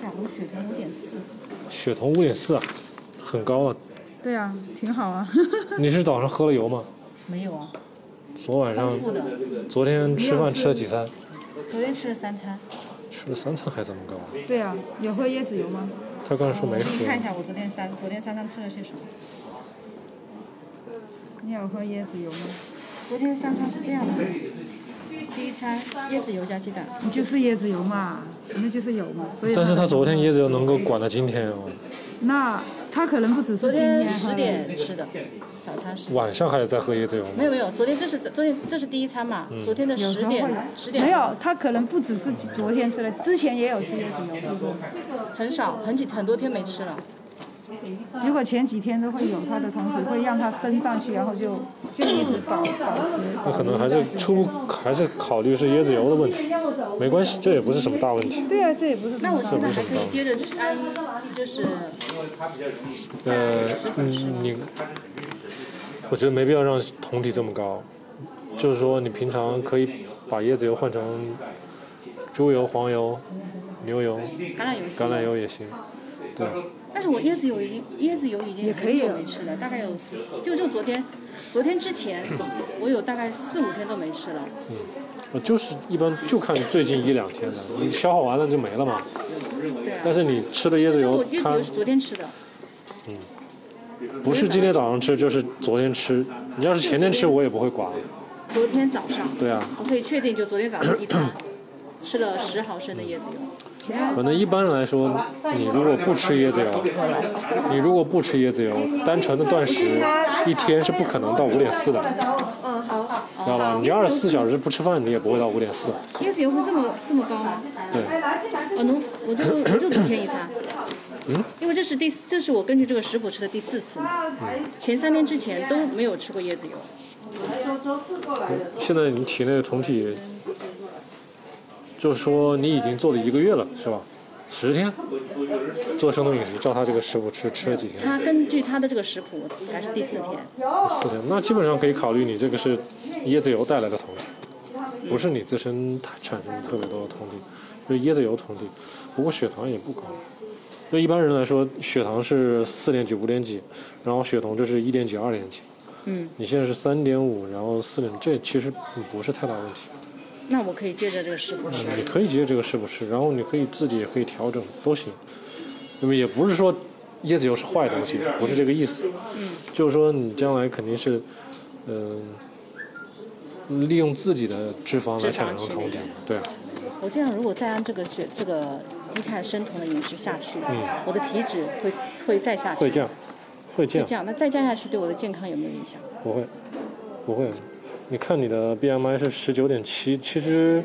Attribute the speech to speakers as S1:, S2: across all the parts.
S1: 下，我血糖五点四。
S2: 血糖五点四，啊很高了。
S1: 对啊，挺好 啊。
S2: 你是早上喝了油吗？
S1: 没有啊，
S2: 昨晚上
S1: 空，腹的。
S2: 昨天吃饭吃了几餐？
S1: 昨天吃了三餐。
S2: 吃了三餐还这么高啊？
S3: 对啊，有喝椰子油吗？
S2: 他刚才说没
S1: 我给你看一
S2: 喝，
S1: 下我昨天三昨天三餐吃了些什么。
S3: 你有喝椰子油吗？
S1: 昨天三餐是这样子的：第一餐椰子油加鸡蛋，
S3: 你就是椰子油嘛，那就是油嘛。所以
S2: 但是
S3: 它
S2: 他昨天椰子油能够管到今天哦，
S3: 那他可能不只是
S1: 昨
S3: 今天
S1: 天
S3: 喝
S1: 十
S3: 的，
S1: 点吃的早餐是。
S2: 晚上还有在喝椰子油吗？
S1: 没有没有，昨天这是昨天这是第一餐嘛，昨天的
S3: 有时
S1: 十
S3: 候会有
S1: 点十点
S3: 没有，他可能不只是昨天吃的，之前也有吃椰子油，是不是？
S1: 很少很几很多天没吃了，
S3: 如果前几天都会有它的同时，会让它升上去，然后就就一直保保持。
S2: 那可能还是出还是考虑是椰子油的问题，没关系，这也不是什么大问题。
S3: 对啊，这也不是什
S1: 那
S3: 么
S1: 我
S3: 大
S1: 现在还可以接着吃，按就是
S2: 呃，嗯你，我觉得没必要让酮体这么高，就是说你平常可以把椰子油换成猪油、黄油、牛油、
S1: 橄榄油是
S2: 橄
S1: 吗
S2: 榄油也行。对，
S1: 但是我椰子油已经椰子油已经
S3: 也可
S1: 很
S3: 以
S1: 久
S3: 了
S1: 没吃了，大概有四就就昨天，昨天之前我有大概四五天都没吃了。
S2: 我就是一般就看最近一两天的，你消耗完了就没了嘛。
S1: 对啊，
S2: 但是你吃的椰
S1: 但
S2: 子油
S1: 我椰，子
S2: 它
S1: 油是昨天吃的，
S2: 不是今天早上吃，就是昨天吃。你要是前天吃，我也不会管。
S1: 昨天早上
S2: 对啊，
S1: 我可以确定就昨天早上一餐吃了十毫升的椰子油。
S2: 反正一般来说，你如果不吃椰子油，你如果不吃椰子油，单纯的断食，一天是不可能到五点四的，
S4: 嗯，好。
S2: 知道吧？你二十四小时不吃饭，你也不会到五点四。
S1: 椰子油会这么这么高吗？
S2: 对。
S1: 哦，能，我就我就昨天一餐。嗯。因为这是第四这是我根据这个食谱吃的第四次嘛，前三天之前都没有吃过椰子油。
S2: 现在你体内的酮体，就是说你已经做了一个月了，是吧？十天做生酮饮食，照他这个食谱吃，吃了几天？
S1: 他根据他的这个食谱才是第四天。
S2: 四天，那基本上可以考虑你这个是椰子油带来的酮体，不是你自身产生的特别多的酮体，就是椰子油酮体。不过血糖也不高，对一般人来说，血糖是四点几、五点几，然后血酮就是一点几、二点几。
S1: 嗯，
S2: 你现在是三点五，然后四点，这其实不是太大问题。
S1: 那我可以借着这个食谱吃。
S2: 你可以接着这个是不是？然后你可以自己也可以调整，都行。那么也不是说椰子油是坏东西，不是这个意思。就是说你将来肯定是，嗯、利用自己的脂肪来产生酮体，对啊，
S1: 我这样如果再按这个血这个低碳生酮的饮食下去，我的体脂会会再下去，
S2: 嗯会降，会降
S1: 会，降。那再降下去对我的健康有没有影响？
S2: 不会，不会。你看你的 BMI 是十九点七，其实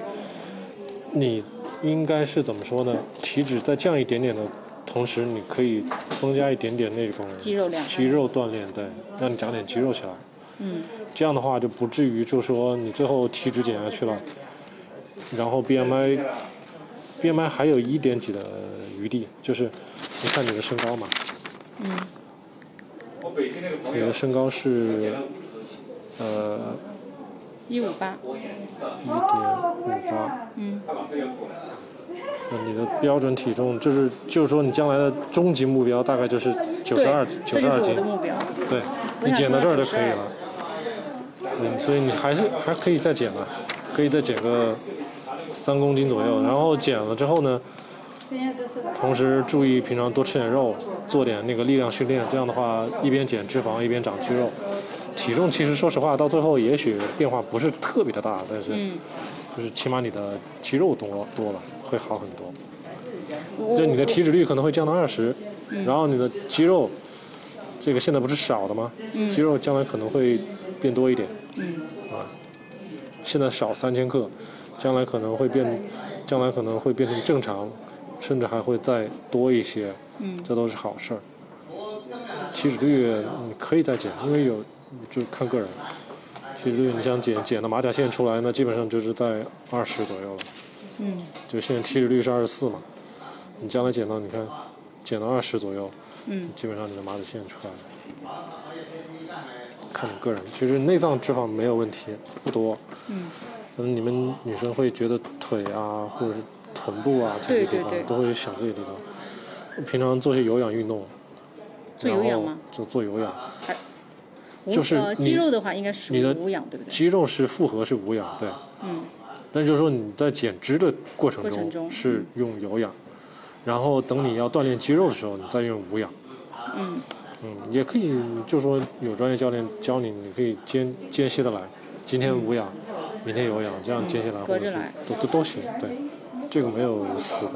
S2: 你应该是怎么说呢？体脂再降一点点的同时，你可以增加一点点那种
S1: 肌肉量
S2: 肌肉锻炼，对，让你长点肌肉起来。
S1: 嗯，
S2: 这样的话就不至于就说你最后体脂减下去了，然后 BMI BMI 还有一点几的余地，就是你看你的身高嘛，
S5: 我北京那个朋
S2: 你
S5: 友
S2: 的身高是呃
S1: 一五八，
S2: 一点五八。
S1: 嗯，
S5: 他把这个过来。
S2: 那你的标准体重就是就是说你将来的终极目标大概就是九十二九
S1: 这
S2: 十
S1: 就
S2: 二
S1: 是我
S2: 斤
S1: 的，目标。
S2: 对
S1: 我
S2: 你
S1: 想
S2: 减到
S1: 做
S2: 这
S1: 到
S2: 儿就可以
S1: 92
S2: 了。嗯，所以你还是还可以再减的，可以再减个三公斤左右。然后减了之后呢，同时注意平常多吃点肉，做点那个力量训练，这样的话一边减脂肪一边长肌肉。体重其实说实话到最后也许变化不是特别的大，但是
S1: 嗯，
S2: 就是起码你的肌肉多了多了会好很多。
S1: 我嗯
S2: 就你的
S1: 我
S2: 体脂率可能会降到二十、然后你的肌肉，这个现在不是少的吗？肌肉将来可能会变多一点。啊，现在少三千克，将来可能会变，将来可能会变成正常，甚至还会再多一些。
S1: 嗯
S2: 这都是好事儿。体脂率你可以再减，因为有就看个人。体脂率你想减减到马甲线出来，那基本上就是在二十左右了。
S1: 嗯，
S2: 就现在体脂率是二十四嘛，你将来减到你看，减到二十左右，
S1: 嗯，
S2: 基本上你的马甲线出来了。看你个人，其实内脏脂肪没有问题，不多。
S1: 嗯，
S2: 可能你们女生会觉得腿啊，或者是臀臀部啊这些地方
S1: 对对对
S2: 都会想这些地方。平常做些有氧运动，
S1: 做有氧
S2: 然后
S1: 吗
S2: 就做有氧，
S1: 无
S2: 就是
S1: 呃
S2: 你
S1: 肌肉的话，应该是属
S2: 你
S1: 于
S2: 的
S1: 无氧，对不对？
S2: 肌肉是复合是无氧，对。
S1: 嗯。
S2: 但就是说你在减脂的过程
S1: 过程中嗯
S2: 中是用有氧，然后等你要锻炼肌肉的时候，你再用无氧。
S1: 嗯，
S2: 嗯，也可以，就说有专业教练教你，你可以间间歇的来，今天无氧，明天有氧，这样间歇来，
S1: 隔
S2: 或者
S1: 嗯着
S2: 是
S1: 来
S2: 都都都行。对，这个没有死的，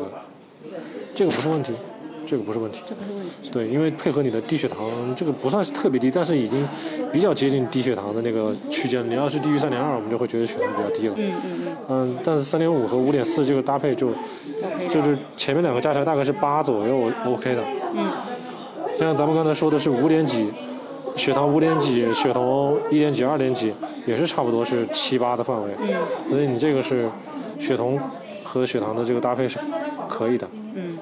S2: 这个不是问题，这个不是问题。
S1: 这不是问题。
S2: 对，因为配合你的低血糖，这个不算是特别低，但是已经比较接近低血糖的那个区间。你要是低于三点二，我们就会觉得血糖比较低了。
S1: 嗯嗯嗯
S2: 嗯，但是三点五和五点四这个搭配就
S1: ，OK 的。
S2: 就是前面两个加起来大概是八左右，OK 的。
S1: 嗯，
S2: 像咱们刚才说的是五点几，血糖五点几，血酮一点几、二点几，也是差不多是七八的范围。
S1: 嗯
S2: 所以你这个是血酮和血糖的这个搭配是可以的。
S1: 嗯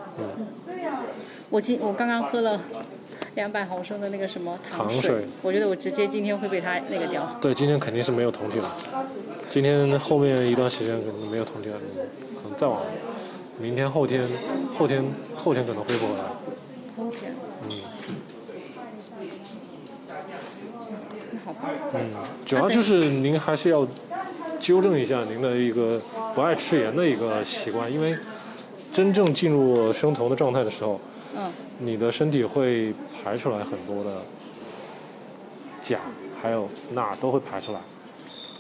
S1: 我今我刚刚喝了 两百毫升的那个什么糖
S2: 糖水
S1: 我觉得我直接今天会被它那个掉。
S2: 对，今天肯定是没有酮体了。今天后面一段时间可能没有酮体了，可能再往明天、后天、后天、后天可能恢复回来。
S1: 后天，那好吧，
S2: 嗯，主要就是您还是要纠正一下您的一个不爱吃盐的一个习惯，因为真正进入生酮的状态的时候，
S1: 嗯，
S2: 你的身体会排出来很多的钾，还有钠都会排出来，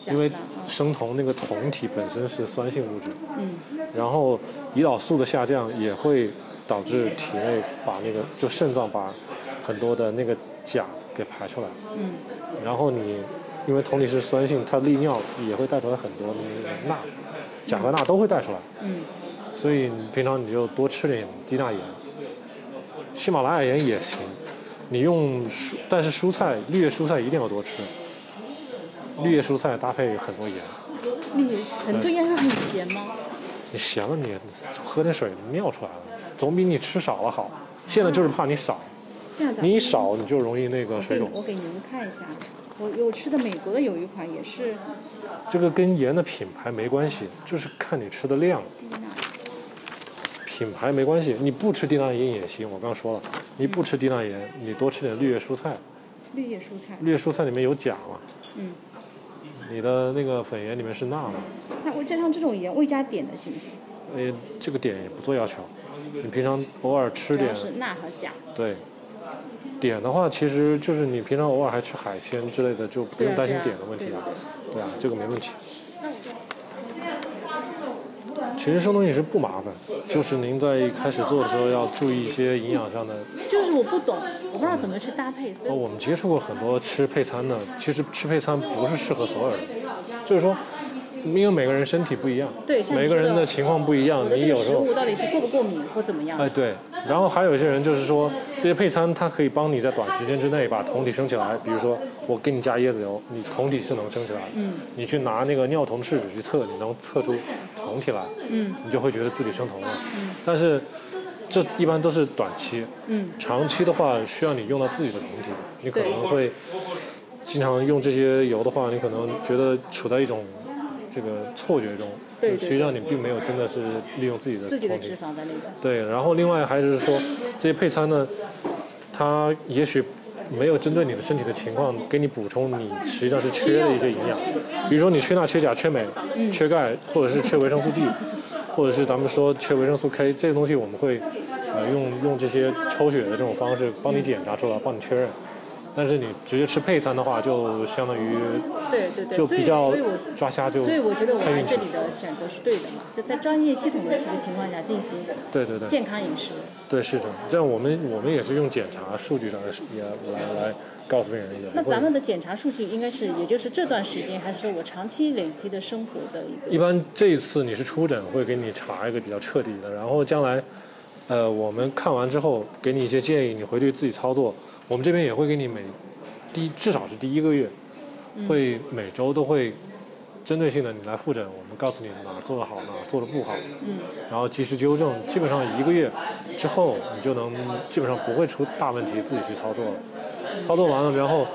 S1: 讲
S2: 因为
S1: 了啊
S2: 生酮那个酮体本身是酸性物质，
S1: 嗯，
S2: 然后胰岛素的下降也会导致体内把那个就肾脏把很多的那个钾给排出来，
S1: 嗯，
S2: 然后你因为酮体是酸性，它利尿也会带出来很多那个钠，钾和钠都会带出来，
S1: 嗯，
S2: 所以你平常你就多吃点低钠盐，喜马拉雅盐也行，你用蔬但是蔬菜绿叶蔬菜一定要多吃，绿叶蔬菜搭配很多盐，
S1: 那个很对呀，它很咸吗？
S2: 你咸了你喝点水尿出来了，总比你吃少了好。现在就是怕你少，
S1: 这样子啊。
S2: 你一少你就容易那个
S1: 我
S2: 水
S1: 给
S2: 肿。
S1: 我给你们看一下，我有吃的美国的有一款也是
S2: 这个跟盐的品牌没关系，就是看你吃的量。
S1: 低钠，
S2: 品牌没关系，你不吃低钠盐也行。我刚说了，你不吃低钠盐，你多吃点绿叶蔬菜。
S1: 绿叶蔬菜。
S2: 绿叶蔬菜里面有钾嘛，
S1: 嗯，
S2: 你的那个粉盐里面是钠嘛，
S1: 那我加上这种盐，未加碘的行不行？
S2: 呃，这个点也不做要求。你平常偶尔吃
S1: 主要
S2: 点，
S1: 啊是钠和钾。
S2: 对。碘的话，其实就是你平常偶尔还吃海鲜之类的，就不用担心碘的问题
S1: 对啊
S2: 了。对啊，这个没问题。其实生酮饮食不麻烦，就是您在一开始做的时候要注意一些营养上的
S1: 就是我不懂，我不知道怎么去搭配，所以
S2: 呃，我们接触过很多吃配餐的，其实吃配餐不是适合所有人，就是说，因为每个人身体不一样，
S1: 对像你
S2: 每个
S1: 说的
S2: 人的情况不一样
S1: 我，的
S2: 你
S1: 这个
S2: 有时
S1: 食
S2: 候，
S1: 物到底是过不过敏或怎么样？
S2: 哎对，然后还有一些人就是说，这些配餐它可以帮你在短时间之内把酮体升起来，比如说我给你加椰子油，你酮体是能升起来，嗯，你去拿那个尿酮试纸去测，你能测出酮体来，
S1: 嗯，
S2: 你就会觉得自己升酮了，嗯，但是这一般都是短期，
S1: 嗯，
S2: 长期的话，需要你用到自己的酮体，你可能会经常用这些油的话，你可能觉得处在一种这个错觉中，
S1: 对对对
S2: 实际上你并没有真的是利用自己的
S1: 自己的
S2: 酮
S1: 脂
S2: 体。
S1: 肪的那个，
S2: 对，然后另外还是说，这些配餐呢，它也许没有针对你的身体的情况给你补充你实际上是缺的一些营养，比如说你缺钠、缺钾、缺镁、
S1: 嗯
S2: 缺钙，或者是缺维生素 D，或者是咱们说缺维生素 K 这些东西，我们会呃用用这些抽血的这种方式帮你检查出来，帮你确认。但是你直接吃配餐的话，就相当于
S1: 对对对，
S2: 就
S1: 所以
S2: 比较
S1: 所以我
S2: 抓瞎就
S1: 所以我觉得我
S2: 看
S1: 们
S2: 运气
S1: 这。里的选择是对的嘛，就在专业系统的这个情况下进行
S2: 对对对。
S1: 健康饮食。
S2: 对，是的，这样我们我们也是用检查数据上的是也来来告诉病人的。
S1: 那咱
S2: 或
S1: 们
S2: 者
S1: 的检查数据应该是，也就是这段时间，还是说我长期累积的生活的一个？
S2: 一般这一次你是初诊，会给你查一个比较彻底的，然后将来，呃，我们看完之后给你一些建议，你回去自己操作。我们这边也会给你每第至少是第一个月，
S1: 嗯
S2: 会每周都会针对性的你来复诊，我们告诉你哪儿做得好，哪儿做得不好，
S1: 嗯，
S2: 然后及时纠正。基本上一个月之后，你就能基本上不会出大问题，自己去操作了。操作完了，然后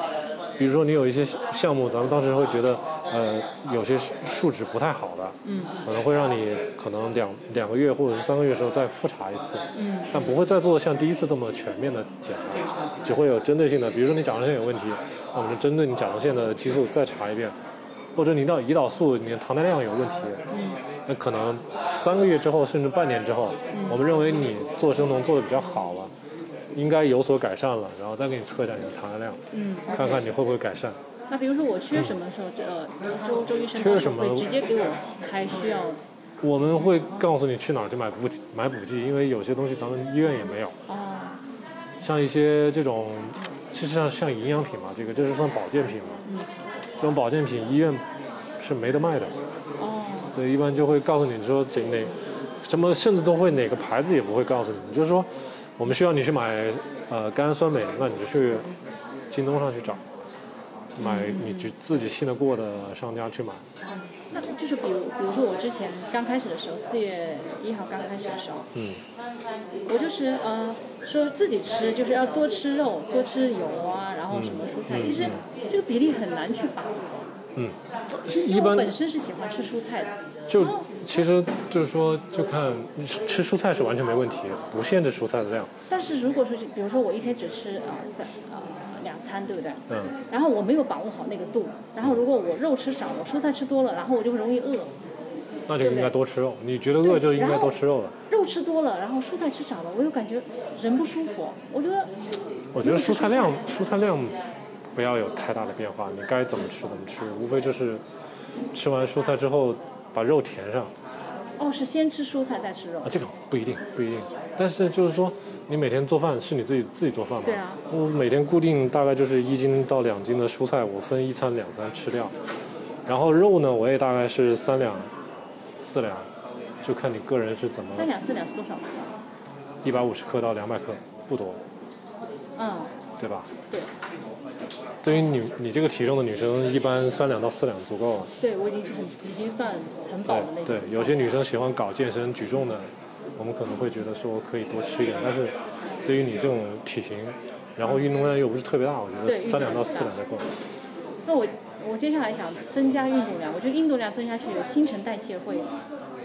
S2: 比如说你有一些项目，咱们当时会觉得，呃，有些数值不太好的，嗯，可能会让你可能两两个月或者是三个月的时候再复查一次，嗯，但不会再做像第一次这么全面的检查，只会有针对性的，比如说你甲状腺有问题，那我们就针对你甲状腺的激素再查一遍，或者你到胰岛素、你的糖耐量有问题，那可能三个月之后甚至半年之后，我们认为你做生酮做的比较好了，应该有所改善了，然后再给你测一下你的糖耐量，
S1: 嗯，
S2: 看看你会不会改善。
S1: 那比如说我缺什么时候，这呃周周医生
S2: 嗯缺
S1: 他
S2: 什
S1: 是
S2: 么
S1: 会直接给我开需要
S2: 我们会告诉你去哪儿去买补买补剂，因为有些东西咱们医院也没有，
S1: 哦，
S2: 像一些这种，其实像像营养品嘛，这个这是算保健品
S1: 嗯
S2: 嘛，这种保健品医院是没得卖的，
S1: 哦，
S2: 对，一般就会告诉你说这哪，什么甚至都会哪个牌子也不会告诉你，就是说我们需要你去买呃甘氨酸镁，那你就去京东上去找，买
S1: 嗯
S2: 你就自己信得过的商家去买。
S1: 那就是比如比如说我之前刚开始的时候，四月一号刚开始的时候，
S2: 嗯
S1: 我就是呃说自己吃，就是要多吃肉，多吃油啊，然后什么蔬菜，其实这个比例很难去把握。
S2: 嗯，
S1: 因
S2: 一
S1: 为我
S2: 般
S1: 本身是喜欢吃蔬菜的，
S2: 就其实就是说，就看你吃吃蔬菜是完全没问题，不限制蔬菜的量。
S1: 但是如果说是比如说我一天只吃呃三呃两餐，对不对？
S2: 嗯
S1: 然后我没有把握好那个度，然后如果我肉吃少，我蔬菜吃多了，然后我就会容易饿。
S2: 那就应该多吃肉。你觉得饿就应该多吃肉了。
S1: 肉吃多了，然后蔬菜吃少了，我又感觉人不舒服。我觉得
S2: 我觉得蔬菜量蔬菜量不要有太大的变化，你该怎么吃怎么吃，无非就是吃完蔬菜之后把肉填上啊，
S1: 哦是先吃蔬菜再吃肉，
S2: 这个不一定不一定。但是就是说，你每天做饭是你自己自己做饭吗？
S1: 对啊。
S2: 我每天固定大概就是一斤到两斤的蔬菜，我分一餐两餐吃掉。然后肉呢，我也大概是三两、四两，就看你个人是怎么，
S1: 三两四两是多少？
S2: 一百五十克到两百克，不多，
S1: 嗯，
S2: 对吧？
S1: 对，
S2: 对于你你这个体重的女生，一般三两到四两足够了。
S1: 对我已经是很已经算很饱
S2: 对
S1: 的那种。
S2: 对，有些女生喜欢搞健身举重的，我们可能会觉得说可以多吃一点，但是对于你这种体型，然后运动量又不是特别大，我觉得
S1: 对运动
S2: 三两到
S1: 量
S2: 四
S1: 不大
S2: 两就够了。
S1: 那我我接下来想增加运动量，我觉得运动量增加去，有新陈代谢会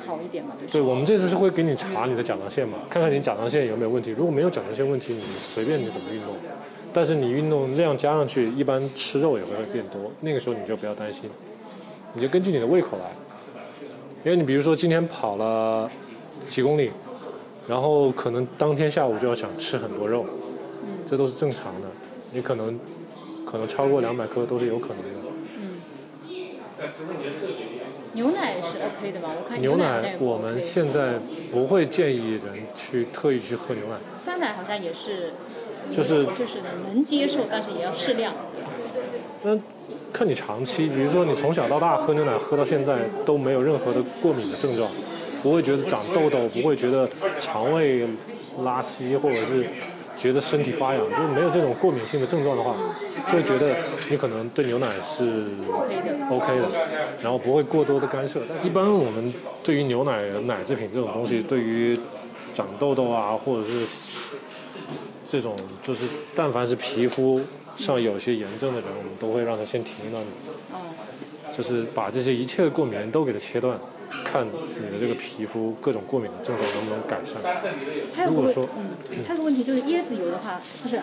S1: 好一点嘛，对
S2: 对，
S1: 是吧？
S2: 我们这次是会给你查你的甲状腺嘛，看看你甲状腺有没有问题。如果没有甲状腺问题，你随便你怎么运动，但是你运动量加上去，一般吃肉也会变多，那个时候你就不要担心，你就根据你的胃口来。因为你比如说今天跑了几公里，然后可能当天下午就要想吃很多肉，这都是正常的。你可能可能超过两百克都是有可能的。
S1: 牛奶是 OK 的吧？我看
S2: 牛
S1: 奶好像
S2: 奶
S1: 也不
S2: 我
S1: OK
S2: 们现在不会建议人去特意去喝牛奶。
S1: 酸奶好像也是，
S2: 就是
S1: 就是能接受，但是也要适量。
S2: 那看你长期，比如说你从小到大喝牛奶喝到现在都没有任何的过敏的症状，不会觉得长痘痘，不会觉得肠胃拉稀，或者是觉得身体发痒，就是没有这种过敏性的症状的话，就会觉得你可能对牛奶是 OK 的，然后不会过多的干涉。但是一般我们对于牛奶、奶制品这种东西，对于长痘痘啊，或者是这种就是但凡是皮肤上有些炎症的人，我们都会让他先停一段，
S1: 哦，
S2: 就是把这些一切的过敏源都给它切断，看你的这个皮肤各种过敏的症状能不能改善。
S1: 还有
S2: 如
S1: 个
S2: 果
S1: 问，
S2: 说
S1: 嗯，还有个问题就是椰子油的话，不是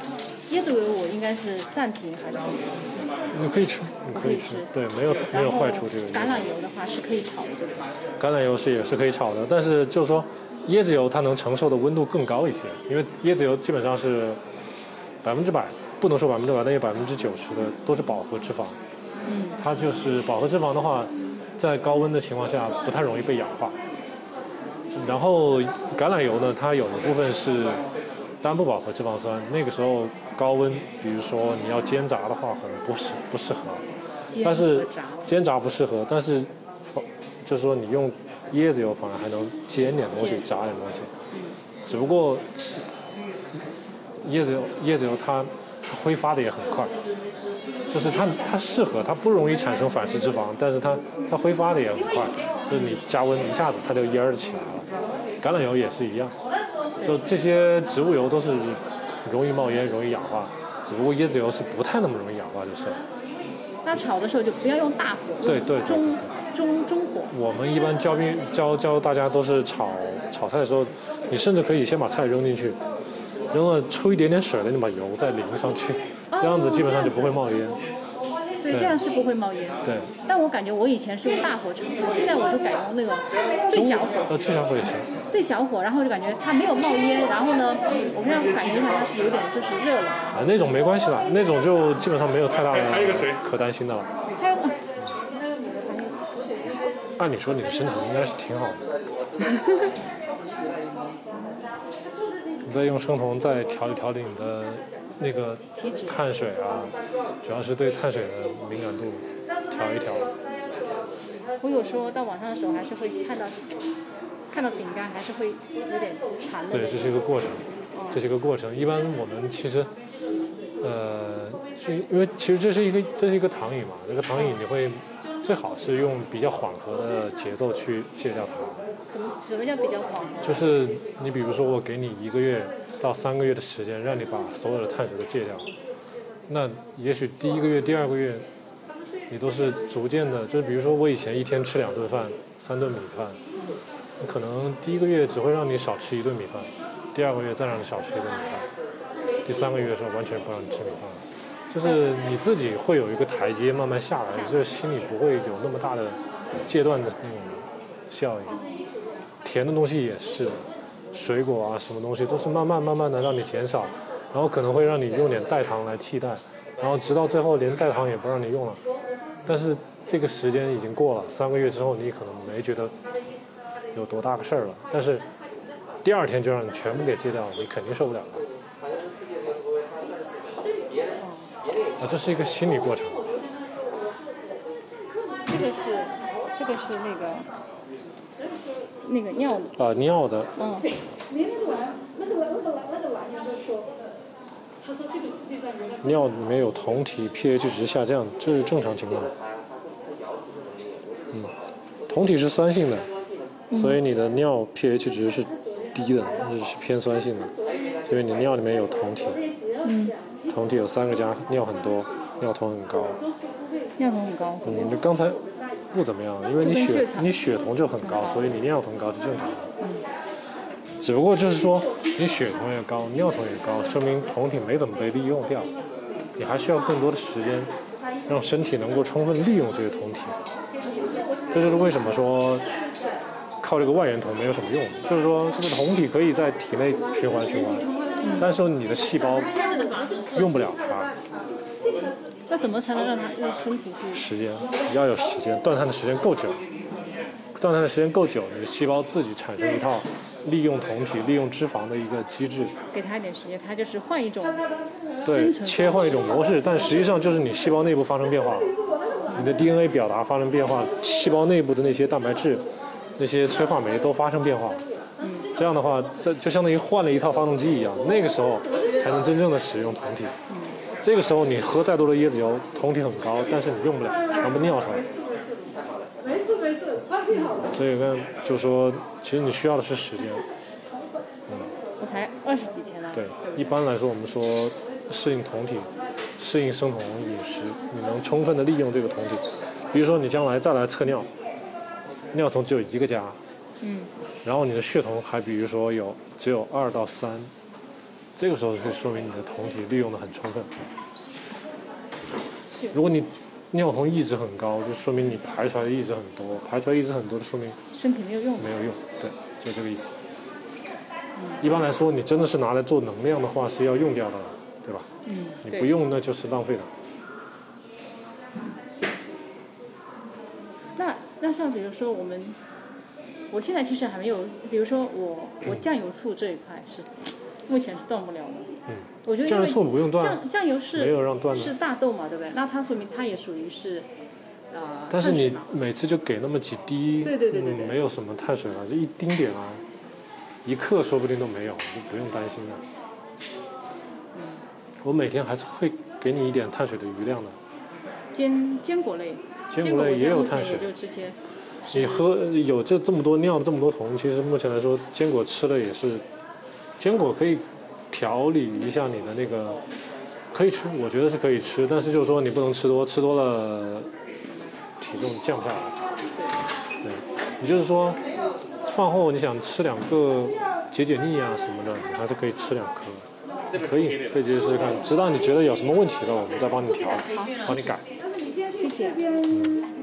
S1: 椰子油，我应该是暂停还是怎么样？
S2: 你可以吃，你可
S1: 可以
S2: 以吃
S1: 吃，嗯
S2: 对，没有没有
S1: 然后
S2: 坏处这个东西。
S1: 橄榄油的话是可以炒的，对吧？
S2: 橄榄油是也是可以炒的，但是就是说，椰子油它能承受的温度更高一些，因为椰子油基本上是百分之百，不能说百分之百，但有百分之九十的都是饱和脂肪。
S1: 嗯，
S2: 它就是饱和脂肪的话，在高温的情况下不太容易被氧化。然后橄榄油呢，它有一部分是单不饱和脂肪酸，那个时候高温，比如说你要煎炸的话，可能不适不适合。
S1: 煎
S2: 但是
S1: 和炸
S2: 煎炸不适合，但是反就是说你用椰子油反而还能煎点东西，
S1: 煎
S2: 炸点东西。只不过椰子油椰子油它它挥发的也很快，就是它它适合它不容易产生反式脂肪，但是它它挥发的也很快，就是你加温一下子它就蔫儿起来了。橄榄油也是一样，就这些植物油都是容易冒烟、容易氧化，只不过椰子油是不太那么容易氧化就是了。
S1: 它炒的时候就不要用大火，
S2: 对对对
S1: 中中中火。
S2: 我们一般教兵教教大家都是炒炒菜的时候，你甚至可以先把菜扔进去，扔了出一点点水了，你把油再淋上去，这样子基本上就不会冒烟。
S1: 所以这样是不会冒烟。
S2: 对，
S1: 但我感觉我以前是用大火炒，现在我就改用那个最小火，
S2: 呃，这小火也行。
S1: 最小火，然后就感觉它没有冒烟，然后呢，我让感觉一下它是有点就是热了。
S2: 啊，那种没关系啦，那种就基本上没有太大的
S4: 还有一个谁
S2: 可担心的了。
S1: 还有，啊
S2: 按理说你的身体应该是挺好的。你再用生酮再调理调理你的那个碳水啊，主要是对碳水的敏感度调一调。
S1: 我有时候到晚上的时候还是会看到看到饼干还是会有点馋的
S2: 对，。这是一个过程，这是一个过程。一般我们其实，呃，这因为其实这是一个这是一个躺椅嘛，这个躺椅你会最好是用比较缓和的节奏去戒掉它。
S1: 怎么什么叫比较黄？
S2: 就是你比如说，我给你一个月到三个月的时间，让你把所有的碳水都戒掉，那也许第一个月、第二个月，你都是逐渐的，就是比如说我以前一天吃两顿饭、三顿米饭，可能第一个月只会让你少吃一顿米饭，第二个月再让你少吃一顿米饭，第三个月的时候完全不让你吃米饭了。就是你自己会有一个台阶慢慢下来，就是心里不会有那么大的戒断的那种效应。甜的东西也是，水果啊什么东西都是慢慢慢慢的让你减少，然后可能会让你用点代糖来替代，然后直到最后连代糖也不让你用了，但是这个时间已经过了，三个月之后你可能没觉得有多大个事儿了，但是第二天就让你全部给戒掉了，你肯定受不了的。啊，这是一个心理过程，
S1: 这个是这个是那个那个尿的，
S2: 啊，尿的
S1: 嗯，
S5: 没那个玩，那个那个那个男人就说，他说这个世界上原来
S2: 尿里面有酮体 pH 值下降，这是正常情况。嗯，酮体是酸性的，所以你的尿 pH 值是低的，就是偏酸性的，因为你尿里面有酮体，
S5: 只要想，
S2: 酮体有三个加，尿很多，尿酮很高。
S1: 尿酮很高，
S2: 嗯，你刚才不怎么样，因为你
S1: 就跟
S2: 血
S1: 血糖
S2: 你血酮就很高，所以你尿酮高是正常的。只不过就是说，你血酮也高，尿酮也高，说明酮体没怎么被利用掉，你还需要更多的时间，让身体能够充分利用这个酮体。这就是为什么说靠这个外源酮没有什么用，就是说这个酮体可以在体内循环循环，但是你的细胞用不了它。
S1: 那怎么才能让它让身体去？
S2: 时间，你要有时间，断碳的时间够久，断碳的时间够久，你的细胞自己产生一套利用酮体、利用脂肪的一个机制，
S1: 给它一点时间，它就是换一种
S2: 对
S1: 生，存
S2: 切换一种模式，但实际上就是你细胞内部发生变化了，你的 DNA 表达发生变化，细胞内部的那些蛋白质、那些催化酶都发生变化。这样的话，在就相当于换了一套发动机一样，那个时候才能真正的使用酮体。这个时候你喝再多的椰子油，酮体很高，但是你用不了，全部尿出来。
S5: 没事没事，关系好了。
S2: 所以呢，就说其实你需要的是时间。
S1: 我才二十几天呢，
S2: 对，一般来说我们说适应酮体、适应生酮饮食，你能充分的利用这个酮体。比如说你将来再来测尿，尿酮只有一个加，
S1: 嗯，
S2: 然后你的血酮还比如说有只有二到三，这个时候就说明你的酮体利用的很充分。如果你尿酮一直很高，就说明你排出来的一直很多，排出来一直很多，就说明
S1: 身体没有用
S2: 没有用，对，就这个意思。
S1: 嗯
S2: 一般来说，你真的是拿来做能量的话，是要用掉的，对吧？
S1: 嗯，
S2: 你
S1: 对
S2: 不用那就是浪费的。
S1: 那那像比如说我们，我现在其实还没有，比如说我我酱油醋这一块是目前是断不了的。
S2: 嗯，
S1: 我觉得
S2: 酱
S1: 因
S2: 油
S1: 为
S2: 醋不用断，啊
S1: 酱酱油是
S2: 没有让断的
S1: 是大豆嘛，对不对？那它说明它也属于是，呃，
S2: 但是
S1: 碳水
S2: 你
S1: 嘛
S2: 每次就给那么几滴，
S1: 对对对对
S2: 嗯
S1: 对
S2: 没有什么碳水了，就一丁点啊，一克说不定都没有，就不用担心了。
S1: 嗯
S2: 我每天还是会给你一点碳水的余量的，
S1: 坚坚果类，
S2: 坚
S1: 坚
S2: 果类
S1: 我现在
S2: 也有
S1: 目前
S2: 碳水
S1: 也就直接
S2: 你喝有这这么多尿这么多酮，其实目前来说，坚果吃了也是，坚果可以调理一下你的那个可以吃，我觉得是可以吃，但是就是说你不能吃多，吃多了体重降不下来。对，你就是说饭后你想吃两个解解腻啊什么的，你还是可以吃两颗。可以，可以直接试试看，直到你觉得有什么问题了，我们再帮你调，帮你改。
S1: 谢谢。
S3: 边